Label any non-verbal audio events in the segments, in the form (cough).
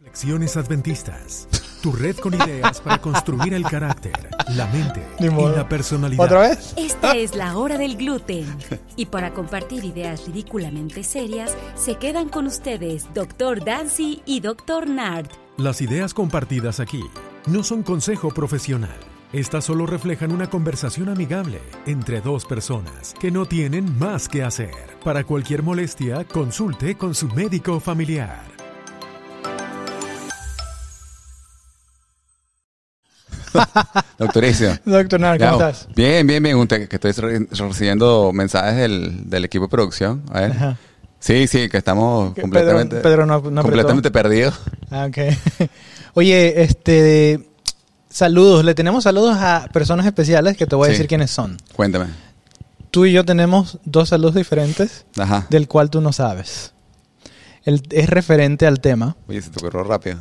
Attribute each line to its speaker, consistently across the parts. Speaker 1: Lecciones Adventistas. Tu red con ideas para construir el carácter, la mente
Speaker 2: Ni
Speaker 1: y
Speaker 2: modo.
Speaker 1: la personalidad.
Speaker 2: ¿Otra vez?
Speaker 3: Esta es la hora del gluten. Y para compartir ideas ridículamente serias, se quedan con ustedes Dr. Dancy y Dr. Nard.
Speaker 1: Las ideas compartidas aquí no son consejo profesional. Estas solo reflejan una conversación amigable entre dos personas que no tienen más que hacer. Para cualquier molestia, consulte con su médico familiar.
Speaker 2: (laughs)
Speaker 4: Doctoricio.
Speaker 2: Doctor Nar, Ah, ¿cómo
Speaker 4: Gabo.
Speaker 2: estás?
Speaker 4: Bien, bien, bien. Te- Que estoy re- recibiendo mensajes del, del equipo de producción. A ver.
Speaker 2: Ajá.
Speaker 4: Sí, sí, que estamos
Speaker 2: Que
Speaker 4: completamente,
Speaker 2: Pedro- Pedro no- no apretó.
Speaker 4: completamente perdidos.
Speaker 2: Ah, ok. (laughs) Oye, este. Saludos. Le tenemos saludos a personas especiales que te voy a
Speaker 4: Sí.
Speaker 2: decir quiénes son.
Speaker 4: Cuéntame.
Speaker 2: Tú y yo tenemos dos saludos diferentes,
Speaker 4: Ajá.
Speaker 2: del cual tú no sabes. El, es referente al tema.
Speaker 4: Oye, se te ocurrió rápido.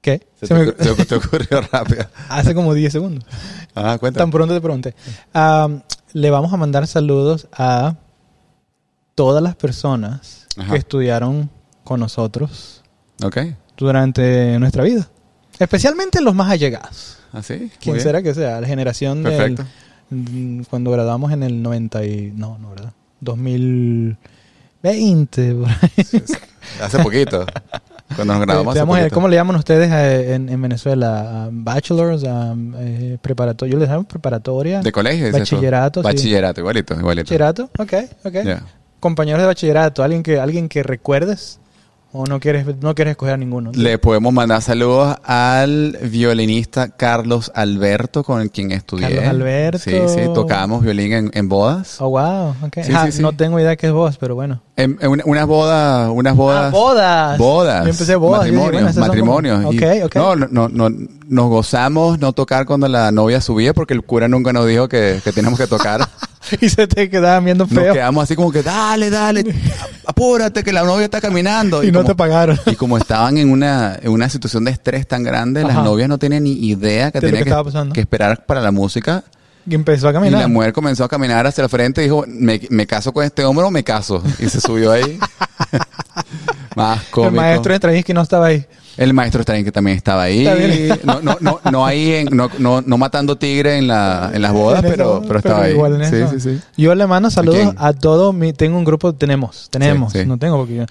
Speaker 2: ¿Qué?
Speaker 4: Se,
Speaker 2: Se
Speaker 4: te,
Speaker 2: me-
Speaker 4: ocur- se te ocurrió rápido.
Speaker 2: (laughs) hace como 10 segundos.
Speaker 4: Ajá,
Speaker 2: Tan
Speaker 4: (laughs) cuéntame.
Speaker 2: pronto te pregunté. Am, le vamos a mandar saludos a todas las personas
Speaker 4: Ajá.
Speaker 2: que estudiaron con nosotros
Speaker 4: Ok.
Speaker 2: durante nuestra vida. Especialmente los más allegados.
Speaker 4: Así. Ah, muy
Speaker 2: Quien
Speaker 4: bien.
Speaker 2: será que sea, la generación
Speaker 4: Perfecto.
Speaker 2: del... mm, Cuando graduamos en el 90 y... No, no, ¿verdad? 2020. por ahí.
Speaker 4: Hace poquito. Cuando nos grabamos. hace
Speaker 2: Tenemos el-
Speaker 4: poquito.
Speaker 2: ¿Cómo le llaman ustedes eh, en, en Venezuela? ¿A bachelors, a eh, preparatoria. Yo les llamo preparatoria.
Speaker 4: De colegio. dices tú.
Speaker 2: Bachillerato, sí.
Speaker 4: Bachillerato, igualito, igualito.
Speaker 2: bachillerato. Ok, ok.
Speaker 4: Ya.
Speaker 2: compañeros de bachillerato, alguien que alguien que recuerdes o no quieres no quieres escoger a ninguno.
Speaker 4: Le podemos mandar saludos al violinista Carlos Alberto, con quien estudié.
Speaker 2: Carlos Alberto.
Speaker 4: Sí, sí, tocábamos violín en, en bodas.
Speaker 2: Oh, wow, ok.
Speaker 4: Sí,
Speaker 2: Ah,
Speaker 4: sí, sí.
Speaker 2: No tengo idea que es vos, pero bueno. (laughs)
Speaker 4: En, en una- unas bodas, unas bodas.
Speaker 2: Ah, bodas.
Speaker 4: Bodas.
Speaker 2: Yo empecé bodas. Yo dije,
Speaker 4: Matrimonios,
Speaker 2: bueno, esas son
Speaker 4: matrimonios.
Speaker 2: como-
Speaker 4: Y-
Speaker 2: Ok, ok.
Speaker 4: No, no, no, no, nos gozamos no tocar cuando la novia subía porque el cura nunca nos dijo que, que teníamos que
Speaker 2: (laughs)
Speaker 4: tocar.
Speaker 2: y se te quedaban viendo
Speaker 4: Nos
Speaker 2: feo
Speaker 4: quedamos así como que, dale,
Speaker 2: (laughs)
Speaker 4: dale, apúrate que la novia está caminando.
Speaker 2: y no
Speaker 4: como-
Speaker 2: te pagaron.
Speaker 4: Y como estaban en una, en una situación de estrés tan grande,
Speaker 2: Ajá.
Speaker 4: las novias no tenían ni idea que
Speaker 2: De lo que
Speaker 4: tenían
Speaker 2: estaba
Speaker 4: que,
Speaker 2: pasando. Ah,
Speaker 4: que esperar para la música.
Speaker 2: (laughs) Y empezó a
Speaker 4: Y
Speaker 2: caminar.
Speaker 4: la mujer comenzó a caminar hacia la frente y dijo, me, me caso con este hombre o me caso. Y se
Speaker 2: (laughs)
Speaker 4: subió ahí. Más cómico.
Speaker 2: el maestro de Stravinsky no estaba ahí.
Speaker 4: El maestro Strain que también estaba ahí.
Speaker 2: Está bien.
Speaker 4: No, no, no, no ahí en- no, no, no matando tigre en, la, en las bodas,
Speaker 2: En
Speaker 4: pero,
Speaker 2: eso,
Speaker 4: pero estaba ahí.
Speaker 2: igual en
Speaker 4: sí,
Speaker 2: eso.
Speaker 4: sí, sí.
Speaker 2: Yo le mando saludos
Speaker 4: quién?
Speaker 2: a todo mi... Tengo un grupo, tenemos, tenemos,
Speaker 4: sí.
Speaker 2: no tengo porque yo-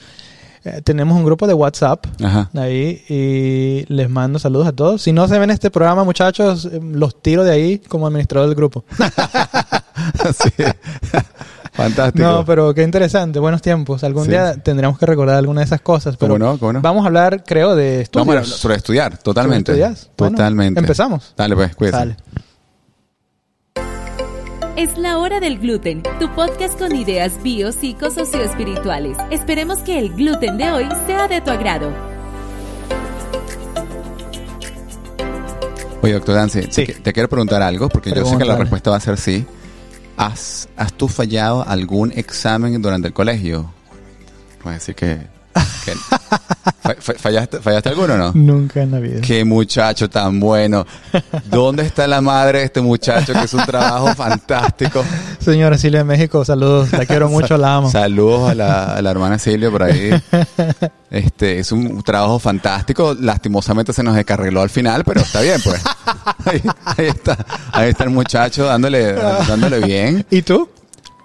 Speaker 2: eh, tenemos un grupo de WhatsApp
Speaker 4: Ajá.
Speaker 2: ahí y les mando saludos a todos. Si no se ven este programa, muchachos, eh, los tiro de ahí como administrador del
Speaker 4: (laughs)
Speaker 2: grupo.
Speaker 4: Sí. (laughs) Fantástico.
Speaker 2: No, pero qué interesante, buenos tiempos. Algún
Speaker 4: Sí,
Speaker 2: día
Speaker 4: sí.
Speaker 2: tendremos que recordar alguna de esas cosas, pero
Speaker 4: ¿Cómo no? ¿Cómo no?
Speaker 2: vamos a hablar, creo, de estudios.
Speaker 4: Vamos a hablar sobre estudiar, totalmente.
Speaker 2: ¿Sobre estudias? Bueno,
Speaker 4: Totalmente.
Speaker 2: empezamos.
Speaker 4: Dale, pues, cuídense.
Speaker 2: Sale.
Speaker 3: Es la hora del gluten, tu podcast con ideas bio, psico, socioespirituales. Esperemos que el gluten de hoy sea de tu agrado.
Speaker 4: Oye, doctor Dance, te
Speaker 2: Sí.
Speaker 4: qui- te, quiero preguntar algo, porque yo sé que la
Speaker 2: Pregúntame.
Speaker 4: respuesta va a ser sí. ¿Has, has tú fallado algún examen durante el colegio? Voy a decir que... que- fa- fa- fallaste, ¿Fallaste alguno o no?
Speaker 2: Nunca en la vida.
Speaker 4: Qué muchacho tan bueno. ¿Dónde está la madre de este muchacho que es un trabajo fantástico?
Speaker 2: Señora Silvia de México, saludos, la
Speaker 4: (laughs)
Speaker 2: quiero mucho, la amo.
Speaker 4: Saludos a la, a la hermana Silvia
Speaker 2: (laughs)
Speaker 4: por ahí. Este es un trabajo fantástico. Lastimosamente se nos descarriló al final, pero está bien,
Speaker 2: (laughs)
Speaker 4: pues. Ahí, ahí está, ahí está el muchacho dándole, dándole bien.
Speaker 2: ¿Y tú?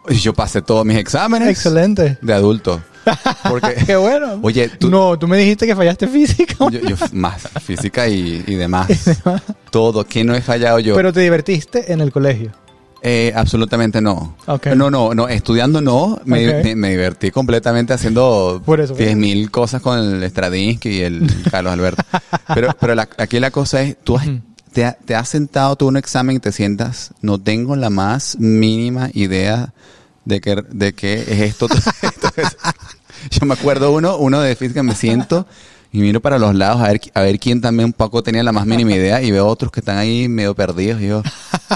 Speaker 4: Y yo pasé todos mis exámenes (laughs)
Speaker 2: Excelente.
Speaker 4: de adulto.
Speaker 2: (laughs) Qué
Speaker 4: Porque,
Speaker 2: bueno.
Speaker 4: oye, tú,
Speaker 2: No, tú me dijiste que fallaste física.
Speaker 4: yo, yo- más física y, y demás.
Speaker 2: (laughs)
Speaker 4: Todo. ¿Quién no he fallado yo?
Speaker 2: Pero te divertiste en el colegio.
Speaker 4: Eh, absolutamente no.
Speaker 2: Ok.
Speaker 4: No, no, no. Estudiando no. Me,
Speaker 2: Ok.
Speaker 4: me- me divertí completamente haciendo
Speaker 2: Por eso, por
Speaker 4: 10.000 cosas con el Stradinsky
Speaker 2: (laughs)
Speaker 4: y el Carlos Alberto. Pero, pero la- aquí la cosa es, tú has- te, ha- te has sentado tú a un examen y te sientas, no tengo la más mínima idea de qué de qué es esto. (laughs) Entonces, (laughs) yo me acuerdo uno, uno de física, me siento y miro para los lados a ver, a ver quién también un poco tenía la más mínima idea y veo otros que están ahí medio perdidos y yo,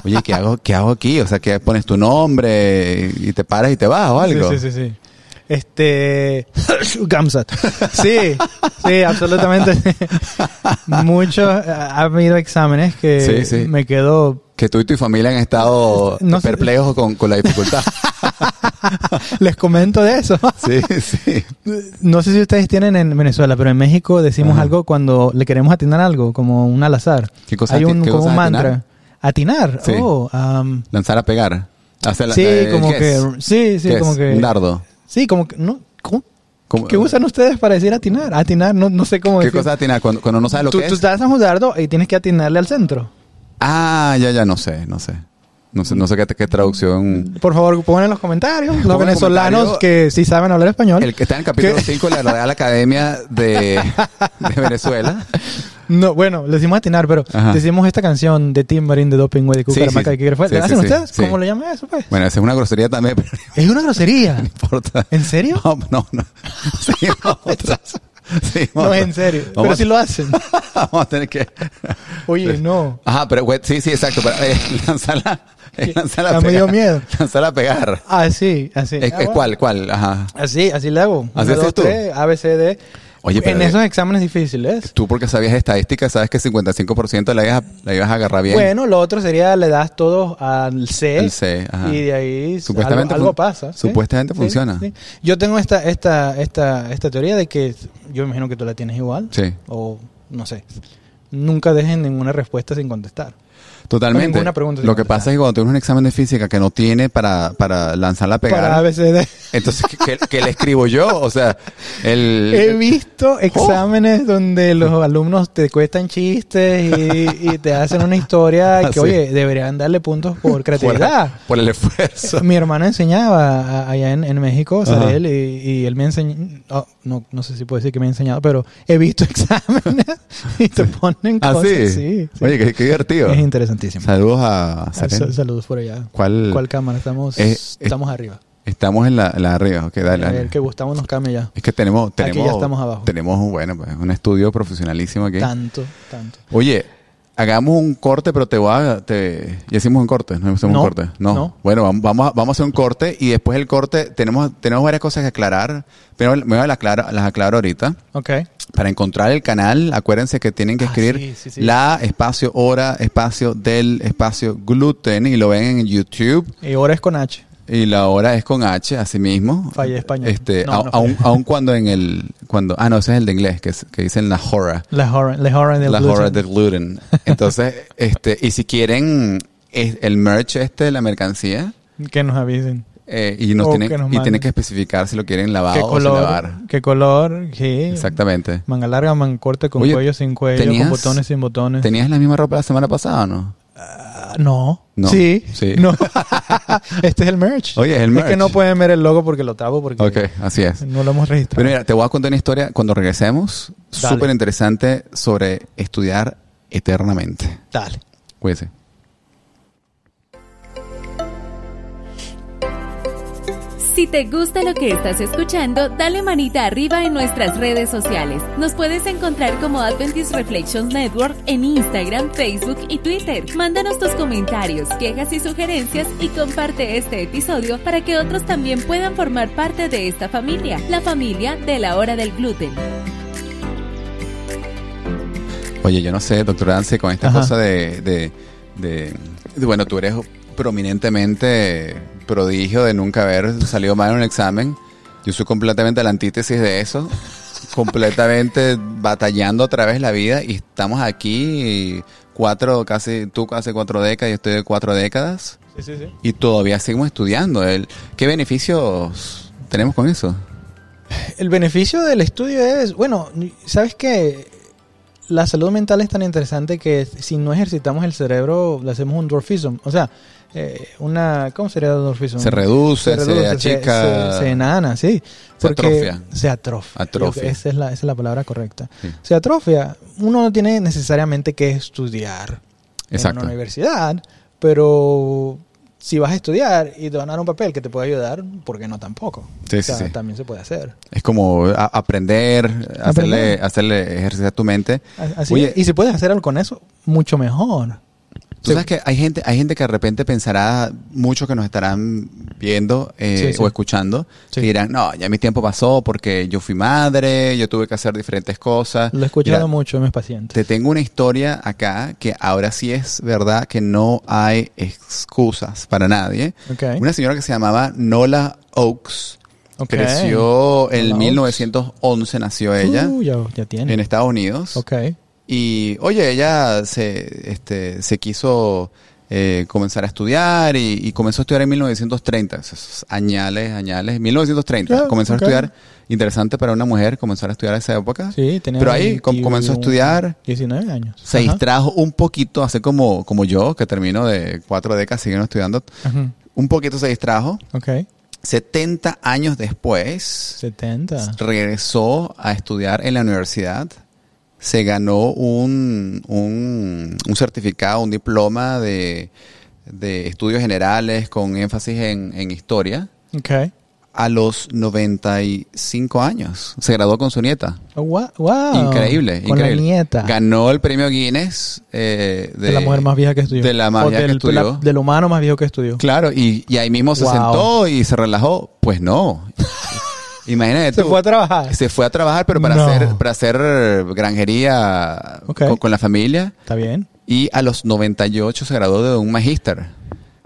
Speaker 4: oye, ¿qué hago, qué hago aquí? O sea, que pones tu nombre y te paras y te vas o algo.
Speaker 2: Sí, sí, sí. sí. Este. (laughs) Gamsat. Sí, sí,
Speaker 4: (laughs)
Speaker 2: absolutamente. Muchos. Ha ha habido exámenes que
Speaker 4: Sí, sí.
Speaker 2: me quedo.
Speaker 4: Que tú y tu familia han estado
Speaker 2: No sé. (laughs)
Speaker 4: perplejos con, con la dificultad.
Speaker 2: Les comento de eso.
Speaker 4: Sí, sí.
Speaker 2: No sé si ustedes tienen en Venezuela, pero en México decimos
Speaker 4: Ajá.
Speaker 2: algo cuando le queremos atinar algo, como un al azar.
Speaker 4: ¿Qué cosa
Speaker 2: Hay
Speaker 4: ati-
Speaker 2: un,
Speaker 4: qué
Speaker 2: como
Speaker 4: cosa
Speaker 2: un
Speaker 4: atinar?
Speaker 2: mantra. Atinar.
Speaker 4: Sí.
Speaker 2: Oh, um,
Speaker 4: Lanzar a pegar. Hacer la-
Speaker 2: sí,
Speaker 4: eh,
Speaker 2: como
Speaker 4: ¿qué
Speaker 2: que,
Speaker 4: es?
Speaker 2: sí, sí,
Speaker 4: ¿Qué
Speaker 2: como
Speaker 4: es?
Speaker 2: que,
Speaker 4: Un dardo.
Speaker 2: sí, como que, no, ¿cómo?
Speaker 4: ¿Cómo-
Speaker 2: ¿Qué usan ustedes para decir atinar? Atinar, no, no sé cómo
Speaker 4: ¿Qué
Speaker 2: decir.
Speaker 4: cosa atinar? Cuando, cuando no sabes lo
Speaker 2: tú,
Speaker 4: que
Speaker 2: tú
Speaker 4: es.
Speaker 2: estás en un dardo y tienes que atinarle al centro.
Speaker 4: Ah, ya, ya, no sé, no sé. No sé, no sé qué, qué traducción.
Speaker 2: Por favor, pongan en los comentarios los
Speaker 4: Pongan
Speaker 2: venezolanos
Speaker 4: comentario-
Speaker 2: que sí saben hablar español.
Speaker 4: El que está en el capítulo
Speaker 2: ¿Qué?
Speaker 4: 5 de la Real Academia de, de Venezuela.
Speaker 2: No, bueno, le decimos atinar, pero
Speaker 4: Ajá.
Speaker 2: decimos esta canción de Timbarín de Doping Way de
Speaker 4: Sí,
Speaker 2: Cucaramaca
Speaker 4: sí,
Speaker 2: que fue.
Speaker 4: sí,
Speaker 2: ¿La
Speaker 4: sí,
Speaker 2: hacen
Speaker 4: sí,
Speaker 2: ustedes?
Speaker 4: sí.
Speaker 2: ¿Cómo le llaman eso, pues?
Speaker 4: Bueno, esa es una grosería también, (laughs) pero
Speaker 2: Es una grosería.
Speaker 4: no importa.
Speaker 2: ¿En serio?
Speaker 4: No, no, no.
Speaker 2: (laughs)
Speaker 4: Seguimos. Seguimos.
Speaker 2: No, es en serio.
Speaker 4: Vamos
Speaker 2: Pero
Speaker 4: a-
Speaker 2: si lo hacen.
Speaker 4: Vamos a tener que.
Speaker 2: Oye, no.
Speaker 4: Ajá, pero güey, sí, sí, exacto. Pero, eh, (laughs) lanzarla. eh, lanzarla
Speaker 2: Ya
Speaker 4: a
Speaker 2: me dio
Speaker 4: pegar. (laughs)
Speaker 2: miedo.
Speaker 4: Lanzarla a pegar.
Speaker 2: Así, así.
Speaker 4: Eh,
Speaker 2: Ah,
Speaker 4: eh,
Speaker 2: bueno.
Speaker 4: ¿Cuál, cuál? Ajá.
Speaker 2: Así, así le hago.
Speaker 4: ¿Así
Speaker 2: Una,
Speaker 4: haces
Speaker 2: dos,
Speaker 4: tú?
Speaker 2: tres, A, B, C, D.
Speaker 4: Oye, pero
Speaker 2: En
Speaker 4: de-
Speaker 2: esos exámenes difíciles.
Speaker 4: Tú, porque sabías estadísticas, sabes que 55% la ibas, a- la ibas a agarrar bien.
Speaker 2: Bueno, lo otro sería le das todos al C.
Speaker 4: El C, ajá.
Speaker 2: Y de ahí
Speaker 4: Supuestamente
Speaker 2: algo, algo
Speaker 4: fun-
Speaker 2: pasa. ¿sí?
Speaker 4: supuestamente
Speaker 2: Sí,
Speaker 4: funciona.
Speaker 2: sí. Yo tengo esta, esta, esta, esta teoría de que yo me imagino que tú la tienes igual.
Speaker 4: Sí.
Speaker 2: O no sé. Nunca dejen ninguna respuesta sin contestar.
Speaker 4: Totalmente.
Speaker 2: ninguna pregunta sin
Speaker 4: Lo que
Speaker 2: contestar.
Speaker 4: pasa es que cuando tienes un examen de física que no tiene para, para lanzarla a pegar,
Speaker 2: Para ABCD.
Speaker 4: entonces, ¿qué- ¿qué, qué le escribo yo? O sea, el... Oh.
Speaker 2: He visto exámenes donde los alumnos te cuestan chistes y, y te hacen una
Speaker 4: (laughs)
Speaker 2: historia y que,
Speaker 4: Ah, Sí.
Speaker 2: oye, deberían darle puntos
Speaker 4: (laughs)
Speaker 2: por
Speaker 4: por,
Speaker 2: creatividad.
Speaker 4: por el esfuerzo.
Speaker 2: (laughs) Mi hermana enseñaba a- allá en, en México,
Speaker 4: Ajá.
Speaker 2: Sarel, y, y él me enseñó, no, no sé si puedo decir que me ha enseñado, pero he visto (laughs) exámenes y te ponen
Speaker 4: ¿Ah,
Speaker 2: cosas.
Speaker 4: sí?
Speaker 2: sí, sí.
Speaker 4: Oye, qué, qué divertido.
Speaker 2: es interesantísimo.
Speaker 4: Saludos a Sarén.
Speaker 2: Sal- saludos por allá.
Speaker 4: ¿Cuál?
Speaker 2: ¿Cuál cámara? Estamos,
Speaker 4: Eh, eh,
Speaker 2: estamos arriba.
Speaker 4: Estamos en la, la arriba. Ok, dale,
Speaker 2: a
Speaker 4: dale.
Speaker 2: ver, que Gustavo nos cambie ya.
Speaker 4: Es que tenemos... tenemos
Speaker 2: ya estamos abajo.
Speaker 4: Tenemos un, bueno, pues, un estudio profesionalísimo aquí.
Speaker 2: Tanto, tanto.
Speaker 4: Oye, hagamos un corte, pero te voy a... Te... ¿Ya hicimos un corte? ¿No hicimos
Speaker 2: No,
Speaker 4: un corte? No.
Speaker 2: no.
Speaker 4: Bueno, vam- vamos a, vamos a hacer un corte y después el corte... Tenemos, tenemos varias cosas que aclarar, pero me voy a la aclara- las aclaro ahorita.
Speaker 2: Ok.
Speaker 4: Para encontrar el canal, acuérdense que tienen que
Speaker 2: Ah,
Speaker 4: escribir
Speaker 2: sí, sí, sí.
Speaker 4: la espacio hora espacio del espacio gluten y lo ven en YouTube
Speaker 2: Y ahora es con H.
Speaker 4: y la hora es con H, así mismo.
Speaker 2: Fallé español.
Speaker 4: Este,
Speaker 2: No,
Speaker 4: au-
Speaker 2: no.
Speaker 4: aun, aun cuando en el cuando ah no ese es el de inglés que, es- que dicen la hora
Speaker 2: La Hora, la hora del
Speaker 4: la
Speaker 2: gluten.
Speaker 4: hora del gluten. Entonces, (laughs) este, y si quieren es- el merch este de la mercancía,
Speaker 2: Que nos avisen.
Speaker 4: eh, y nos
Speaker 2: O
Speaker 4: tienen,
Speaker 2: Oh, que nos
Speaker 4: y tienen
Speaker 2: manden.
Speaker 4: que especificar si lo quieren
Speaker 2: ¿Qué
Speaker 4: lavado o sin
Speaker 2: color?
Speaker 4: lavar.
Speaker 2: ¿Qué color? Sí.
Speaker 4: Exactamente.
Speaker 2: Manga larga, manga corta, con
Speaker 4: Oye,
Speaker 2: cuello, sin cuello,
Speaker 4: ¿tenías-
Speaker 2: con botones, sin botones.
Speaker 4: ¿Tenías la misma ropa la semana pasada o no?
Speaker 2: Ah, No.
Speaker 4: No.
Speaker 2: Sí.
Speaker 4: Sí.
Speaker 2: (laughs) No. este es el merch.
Speaker 4: Oye, es el merch.
Speaker 2: Es que no pueden ver el logo porque lo tapo porque
Speaker 4: Ok, así es.
Speaker 2: no lo hemos registrado.
Speaker 4: Pero mira, te voy a contar una historia cuando regresemos,
Speaker 2: Dale.
Speaker 4: súper interesante sobre estudiar eternamente.
Speaker 2: Dale.
Speaker 4: Cuídense.
Speaker 3: Si te gusta lo que estás escuchando, dale manita arriba en nuestras redes sociales. Nos puedes encontrar como Adventist Reflections Network en Instagram, Facebook y Twitter. Mándanos tus comentarios, quejas y sugerencias y comparte este episodio para que otros también puedan formar parte de esta familia, la familia de la hora del gluten.
Speaker 4: Oye, yo no sé, doctor Dance, con esta
Speaker 2: Ajá.
Speaker 4: cosa de, de- de- de- Bueno, tú eres prominentemente prodigio de nunca haber salido mal en un examen. Yo soy completamente la antítesis de eso.
Speaker 2: (laughs)
Speaker 4: completamente batallando a través de la vida y estamos aquí cuatro, casi tú casi cuatro décadas, yo estoy de cuatro décadas
Speaker 2: Sí, sí, sí.
Speaker 4: y todavía seguimos estudiando. El- ¿Qué beneficios tenemos con eso?
Speaker 2: El beneficio del estudio es, bueno, ¿sabes qué? La salud mental es tan interesante que si no ejercitamos el cerebro, le hacemos un dwarfism. O sea, eh, una... ¿Cómo sería el dwarfism?
Speaker 4: Se reduce, se,
Speaker 2: reduce,
Speaker 4: achica.
Speaker 2: se, se enana, sí.
Speaker 4: Se
Speaker 2: Porque
Speaker 4: atrofia.
Speaker 2: Se atrofia.
Speaker 4: Atrofia.
Speaker 2: Yo- Esa es la, esa es la palabra correcta.
Speaker 4: Sí.
Speaker 2: Se atrofia. Uno no tiene necesariamente que estudiar en
Speaker 4: Exacto.
Speaker 2: una universidad, pero si vas a estudiar y te van a dar un papel que te puede ayudar, ¿por qué no tampoco?
Speaker 4: Sí,
Speaker 2: O sea,
Speaker 4: sí, sí.
Speaker 2: También se puede hacer.
Speaker 4: Es como a- aprender, hacerle,
Speaker 2: Aprender.
Speaker 4: hacerle ejercicio a tu mente.
Speaker 2: A- Así
Speaker 4: Oye.
Speaker 2: es. y si puedes hacer algo con eso, mucho mejor.
Speaker 4: Tú sabes que hay gente, hay gente que de repente pensará, muchos que nos estarán viendo eh,
Speaker 2: Sí, sí.
Speaker 4: o escuchando,
Speaker 2: Sí.
Speaker 4: que dirán, no, ya mi tiempo pasó porque yo fui madre, yo tuve que hacer diferentes cosas.
Speaker 2: Lo he escuchado
Speaker 4: Mira,
Speaker 2: mucho de mis pacientes.
Speaker 4: Te tengo una historia acá que ahora sí es verdad que no hay excusas para nadie.
Speaker 2: Ok.
Speaker 4: Una señora que se llamaba Nola Oaks.
Speaker 2: Ok.
Speaker 4: Creció
Speaker 2: Nola
Speaker 4: en
Speaker 2: Oaks.
Speaker 4: 1911, nació ella
Speaker 2: Uh, ya, ya tiene.
Speaker 4: en Estados Unidos.
Speaker 2: Ok.
Speaker 4: Y oye, ella se, este, se quiso eh, comenzar a estudiar y, y comenzó a estudiar en 1930. Esos añales, añales. 1930.
Speaker 2: Yeah,
Speaker 4: comenzó
Speaker 2: Ah, ok.
Speaker 4: a estudiar. Interesante para una mujer comenzar a estudiar a esa época.
Speaker 2: Sí, tenía
Speaker 4: Pero ahí com-
Speaker 2: 21,
Speaker 4: comenzó a estudiar.
Speaker 2: 19 años.
Speaker 4: Se
Speaker 2: Ajá.
Speaker 4: distrajo un poquito, así como, como yo, que termino de cuatro décadas siguiendo estudiando.
Speaker 2: Ajá.
Speaker 4: Un poquito se distrajo.
Speaker 2: Ok.
Speaker 4: 70 años después,
Speaker 2: 70.
Speaker 4: regresó a estudiar en la universidad, se ganó un, un, un certificado, un diploma de, de estudios generales con énfasis en, en historia
Speaker 2: Ok.
Speaker 4: a los 95 años. Se graduó con su nieta.
Speaker 2: Oh, wa- wow.
Speaker 4: increíble,
Speaker 2: Con
Speaker 4: increíble.
Speaker 2: la nieta.
Speaker 4: Ganó el premio Guinness eh, de,
Speaker 2: de, la mujer más vieja que estudió.
Speaker 4: de la más
Speaker 2: O
Speaker 4: vieja que
Speaker 2: del- de la-
Speaker 4: estudió.
Speaker 2: del humano más viejo que estudió.
Speaker 4: Claro, y, y ahí mismo se
Speaker 2: Wow.
Speaker 4: sentó y se relajó.
Speaker 2: (laughs)
Speaker 4: Pues no. Imagínate
Speaker 2: Se
Speaker 4: tú.
Speaker 2: fue a trabajar.
Speaker 4: Se fue a trabajar, pero para,
Speaker 2: No.
Speaker 4: hacer, para hacer granjería
Speaker 2: Ok.
Speaker 4: con, con la familia.
Speaker 2: Está bien.
Speaker 4: Y a los 98 se graduó de un magíster.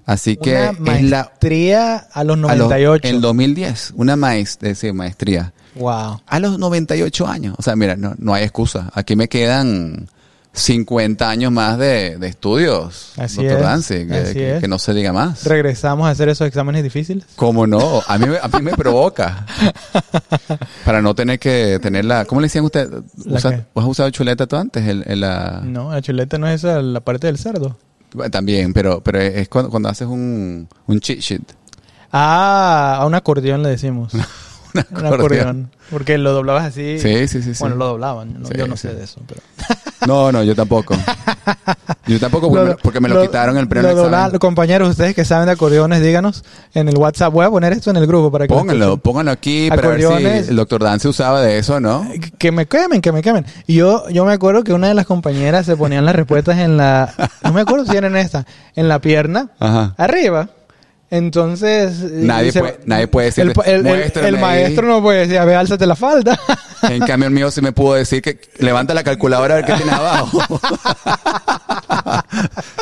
Speaker 4: Así que
Speaker 2: Una
Speaker 4: es la...
Speaker 2: maestría a los
Speaker 4: a los-
Speaker 2: 98.
Speaker 4: En 2010, una maest- eh, sí, maestría.
Speaker 2: Wow.
Speaker 4: A los 98 años. O sea, mira, no, no hay excusa. Aquí me quedan 50 años más de, de estudios.
Speaker 2: Así
Speaker 4: doctor
Speaker 2: es,
Speaker 4: Dancy, que,
Speaker 2: así
Speaker 4: que-
Speaker 2: es.
Speaker 4: que no se diga más.
Speaker 2: Regresamos a hacer esos exámenes difíciles.
Speaker 4: ¿Cómo no? A mí, me- a mí me
Speaker 2: (laughs)
Speaker 4: provoca. Para no tener que tener la... ¿Cómo le decían usted?
Speaker 2: ¿La
Speaker 4: ¿Usa-
Speaker 2: qué? Mm.
Speaker 4: ¿Has usado chuleta tú antes? El, el la-
Speaker 2: No, la chuleta no es esa, la parte del cerdo.
Speaker 4: Bueno, También, pero, pero es cuando, cuando haces un, un cheat sheet. (laughs)
Speaker 2: Ah, a un acordeón le decimos.
Speaker 4: Un
Speaker 2: un acordeón. Porque lo doblabas así.
Speaker 4: Sí, sí, sí. sí.
Speaker 2: Bueno, lo doblaban. ¿no?
Speaker 4: Sí,
Speaker 2: Yo no
Speaker 4: sí.
Speaker 2: sé de eso. Pero...
Speaker 4: No, no, yo tampoco.
Speaker 2: (laughs)
Speaker 4: Yo tampoco porque, me, lo- porque me lo, quitaron el
Speaker 2: Lo
Speaker 4: premio. del examen.
Speaker 2: doblaban. Compañeros, ustedes que saben de acordeones, díganos en el WhatsApp. Voy a poner esto en el grupo para que lo
Speaker 4: Pónganlo,
Speaker 2: escuchen.
Speaker 4: pónganlo aquí para ver
Speaker 2: Acordeones.
Speaker 4: si el doctor Dan se usaba de eso, ¿no?
Speaker 2: Que me quemen, que me quemen. Y yo, yo me acuerdo que una de las compañeras se ponían las respuestas en la. No me acuerdo si eran esta. En la pierna.
Speaker 4: Ajá.
Speaker 2: arriba. Entonces.
Speaker 4: Nadie
Speaker 2: dice-
Speaker 4: puede- nadie puede decirle,
Speaker 2: El, el- el-
Speaker 4: "Muéstrame
Speaker 2: el
Speaker 4: ahí".
Speaker 2: maestro no puede decir, a ver, álzate la
Speaker 4: (laughs)
Speaker 2: falda.
Speaker 4: En cambio, el mío sí me pudo decir que levanta la calculadora a ver qué tiene abajo. (laughs)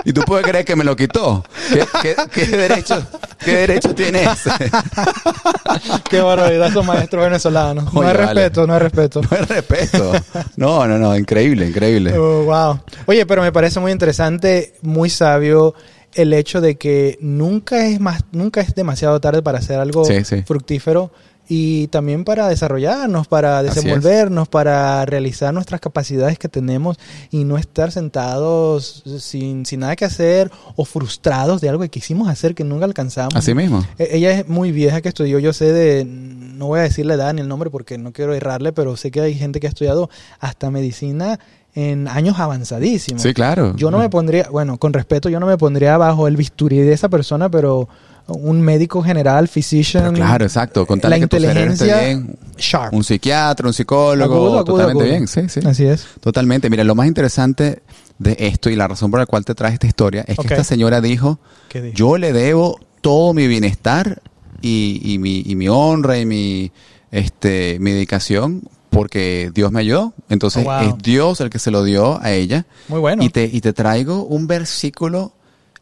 Speaker 4: y tú puedes creer que me lo quitó. ¿Qué, qué, qué derecho, qué derecho tiene ese? (laughs)
Speaker 2: Qué barbaridad, esos maestros venezolanos. No
Speaker 4: Oye,
Speaker 2: hay
Speaker 4: vale.
Speaker 2: respeto, no hay respeto.
Speaker 4: No hay respeto. No, no, no. Increíble, increíble.
Speaker 2: Oh, wow. Oye, pero me parece muy interesante, muy sabio el hecho de que nunca es más, nunca es demasiado tarde para hacer algo
Speaker 4: Sí, sí.
Speaker 2: fructífero y también para desarrollarnos, para
Speaker 4: Así es.
Speaker 2: desenvolvernos, para realizar nuestras capacidades que tenemos y no estar sentados sin, sin nada que hacer o frustrados de algo que quisimos hacer que nunca alcanzamos.
Speaker 4: Así mismo.
Speaker 2: E- Ella es muy vieja que estudió, yo sé de, no voy a decir la edad ni el nombre porque no quiero errarle, pero sé que hay gente que ha estudiado hasta medicina en años avanzadísimos.
Speaker 4: Sí, claro.
Speaker 2: Yo no me pondría, bueno, con respeto, yo no me pondría bajo el bisturí de esa persona, pero un médico general, physician,
Speaker 4: Pero claro, exacto. Con tal
Speaker 2: la
Speaker 4: de que tu cerebro esté
Speaker 2: inteligencia
Speaker 4: bien.
Speaker 2: sharp.
Speaker 4: Un psiquiatra, un psicólogo.
Speaker 2: Agudo, agudo,
Speaker 4: totalmente
Speaker 2: agudo.
Speaker 4: bien. Sí, sí.
Speaker 2: Así es.
Speaker 4: Totalmente. Mira, lo más interesante de esto y la razón por la cual te traje esta historia es que
Speaker 2: Ok.
Speaker 4: esta señora dijo,
Speaker 2: ¿Qué dijo?
Speaker 4: yo le debo todo mi bienestar y, y mi, y mi honra y mi, este, mi dedicación porque Dios me ayudó. Entonces
Speaker 2: Oh, wow.
Speaker 4: es Dios el que se lo dio a ella.
Speaker 2: Muy bueno.
Speaker 4: Y te, y te traigo un versículo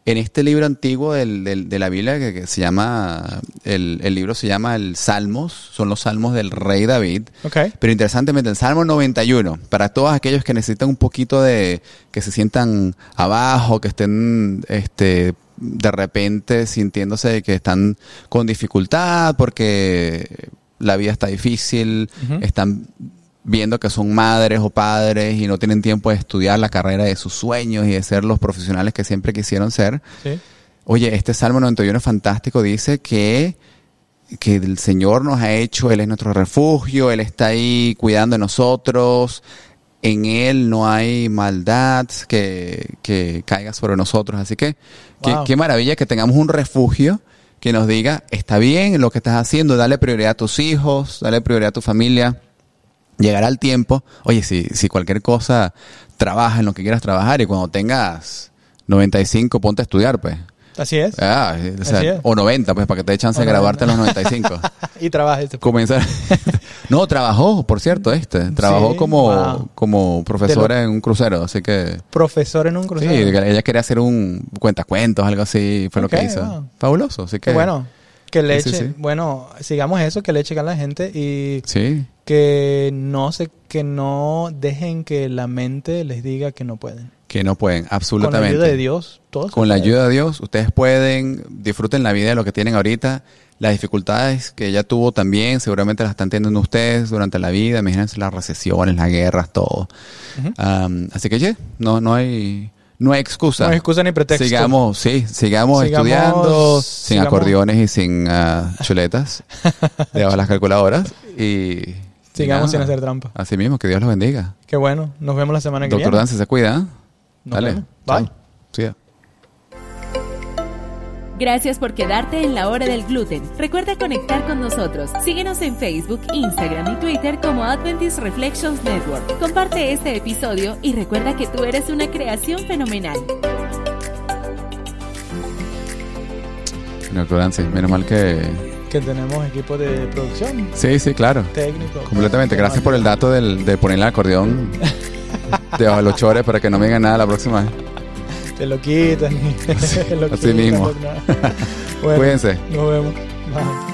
Speaker 4: en este libro antiguo del- del- de la Biblia que, que se llama, el, el libro se llama el Salmos, son los salmos del rey David.
Speaker 2: Ok.
Speaker 4: Pero interesantemente, el Salmo 91, para todos aquellos que necesitan un poquito de, que se sientan abajo, que estén, este, de repente sintiéndose que están con dificultad porque la vida está difícil,
Speaker 2: Ujú.
Speaker 4: están viendo que son madres o padres y no tienen tiempo de estudiar la carrera de sus sueños y de ser los profesionales que siempre quisieron ser.
Speaker 2: Sí.
Speaker 4: Oye, este Salmo 91 fantástico dice que, que el Señor nos ha hecho, Él es nuestro refugio, Él está ahí cuidando de nosotros, en Él no hay maldad que, que caiga sobre nosotros. Así que qué-
Speaker 2: Wow.
Speaker 4: qué, maravilla que tengamos un refugio que nos diga, está bien lo que estás haciendo, dale prioridad a tus hijos, dale prioridad a tu familia. Llegará el tiempo. Oye, si, si cualquier cosa, trabaja en lo que quieras trabajar y cuando tengas, 95, ponte a estudiar, pues.
Speaker 2: Así es.
Speaker 4: Ah, o, sea,
Speaker 2: Así es.
Speaker 4: o 90, pues, para que te dé chance de
Speaker 2: O
Speaker 4: grabarte en
Speaker 2: (laughs)
Speaker 4: los 95.
Speaker 2: (laughs) y este trabajes.
Speaker 4: Comenzar. (laughs) no, trabajó, por cierto, este. Trabajó
Speaker 2: Sí,
Speaker 4: como,
Speaker 2: wow.
Speaker 4: como profesora en un crucero, así que.
Speaker 2: Profesor en un
Speaker 4: Sí,
Speaker 2: crucero.
Speaker 4: ella quería hacer un cuentacuentos, algo así, fue
Speaker 2: Ok,
Speaker 4: lo que hizo.
Speaker 2: wow.
Speaker 4: Fabuloso, así que.
Speaker 2: Qué bueno. Que le
Speaker 4: Sí,
Speaker 2: eche,
Speaker 4: sí, sí.
Speaker 2: bueno, sigamos eso, que le eche ganas a la gente y
Speaker 4: Sí,
Speaker 2: que no se, que no dejen que la mente les diga que no pueden.
Speaker 4: que no pueden,
Speaker 2: Con la
Speaker 4: absolutamente.
Speaker 2: ayuda de Dios, todos.
Speaker 4: Con la ayuda de Dios, ustedes pueden, disfruten la vida de lo que tienen ahorita. Las dificultades que ella tuvo también, seguramente las están teniendo ustedes durante la vida. Imagínense las recesiones, las guerras, todo.
Speaker 2: Ujú.
Speaker 4: Am, así que, yeah, no, no hay, no hay excusa.
Speaker 2: No hay excusa ni pretexto.
Speaker 4: Sigamos, sí,
Speaker 2: Sigamos-
Speaker 4: sigamos, estudiando sin
Speaker 2: sigamos-
Speaker 4: acordeones y sin ah, chuletas.
Speaker 2: (laughs)
Speaker 4: debajo de las calculadoras y.
Speaker 2: Sigamos
Speaker 4: y nada.
Speaker 2: sin hacer trampa.
Speaker 4: Así mismo, que Dios los bendiga.
Speaker 2: Qué bueno. Nos vemos la semana que
Speaker 4: Doctor
Speaker 2: viene.
Speaker 4: Dance se cuida. ¿eh?
Speaker 2: Nos
Speaker 4: Dale.
Speaker 2: vemos. Bye.
Speaker 4: Chao. Sí, ya.
Speaker 3: Gracias por quedarte en la hora del gluten. Recuerda conectar con nosotros. Síguenos en Facebook, Instagram y Twitter como Adventist Reflections Network. Comparte este episodio y recuerda que tú eres una creación fenomenal.
Speaker 4: Doctor Dance, menos mal que.
Speaker 2: Que tenemos equipo de producción,
Speaker 4: Sí, sí, claro.
Speaker 2: técnico.
Speaker 4: Completamente.
Speaker 2: que
Speaker 4: Gracias
Speaker 2: nos
Speaker 4: por el dato del- de poner el acordeón debajo de los chores para que no me digan nada la próxima vez.
Speaker 2: ayuda. Te lo quitan. (laughs) Te lo
Speaker 4: (laughs) así mismo.
Speaker 2: quitan, nada. Bueno,
Speaker 4: Cuídense.
Speaker 2: Nos vemos. Bye.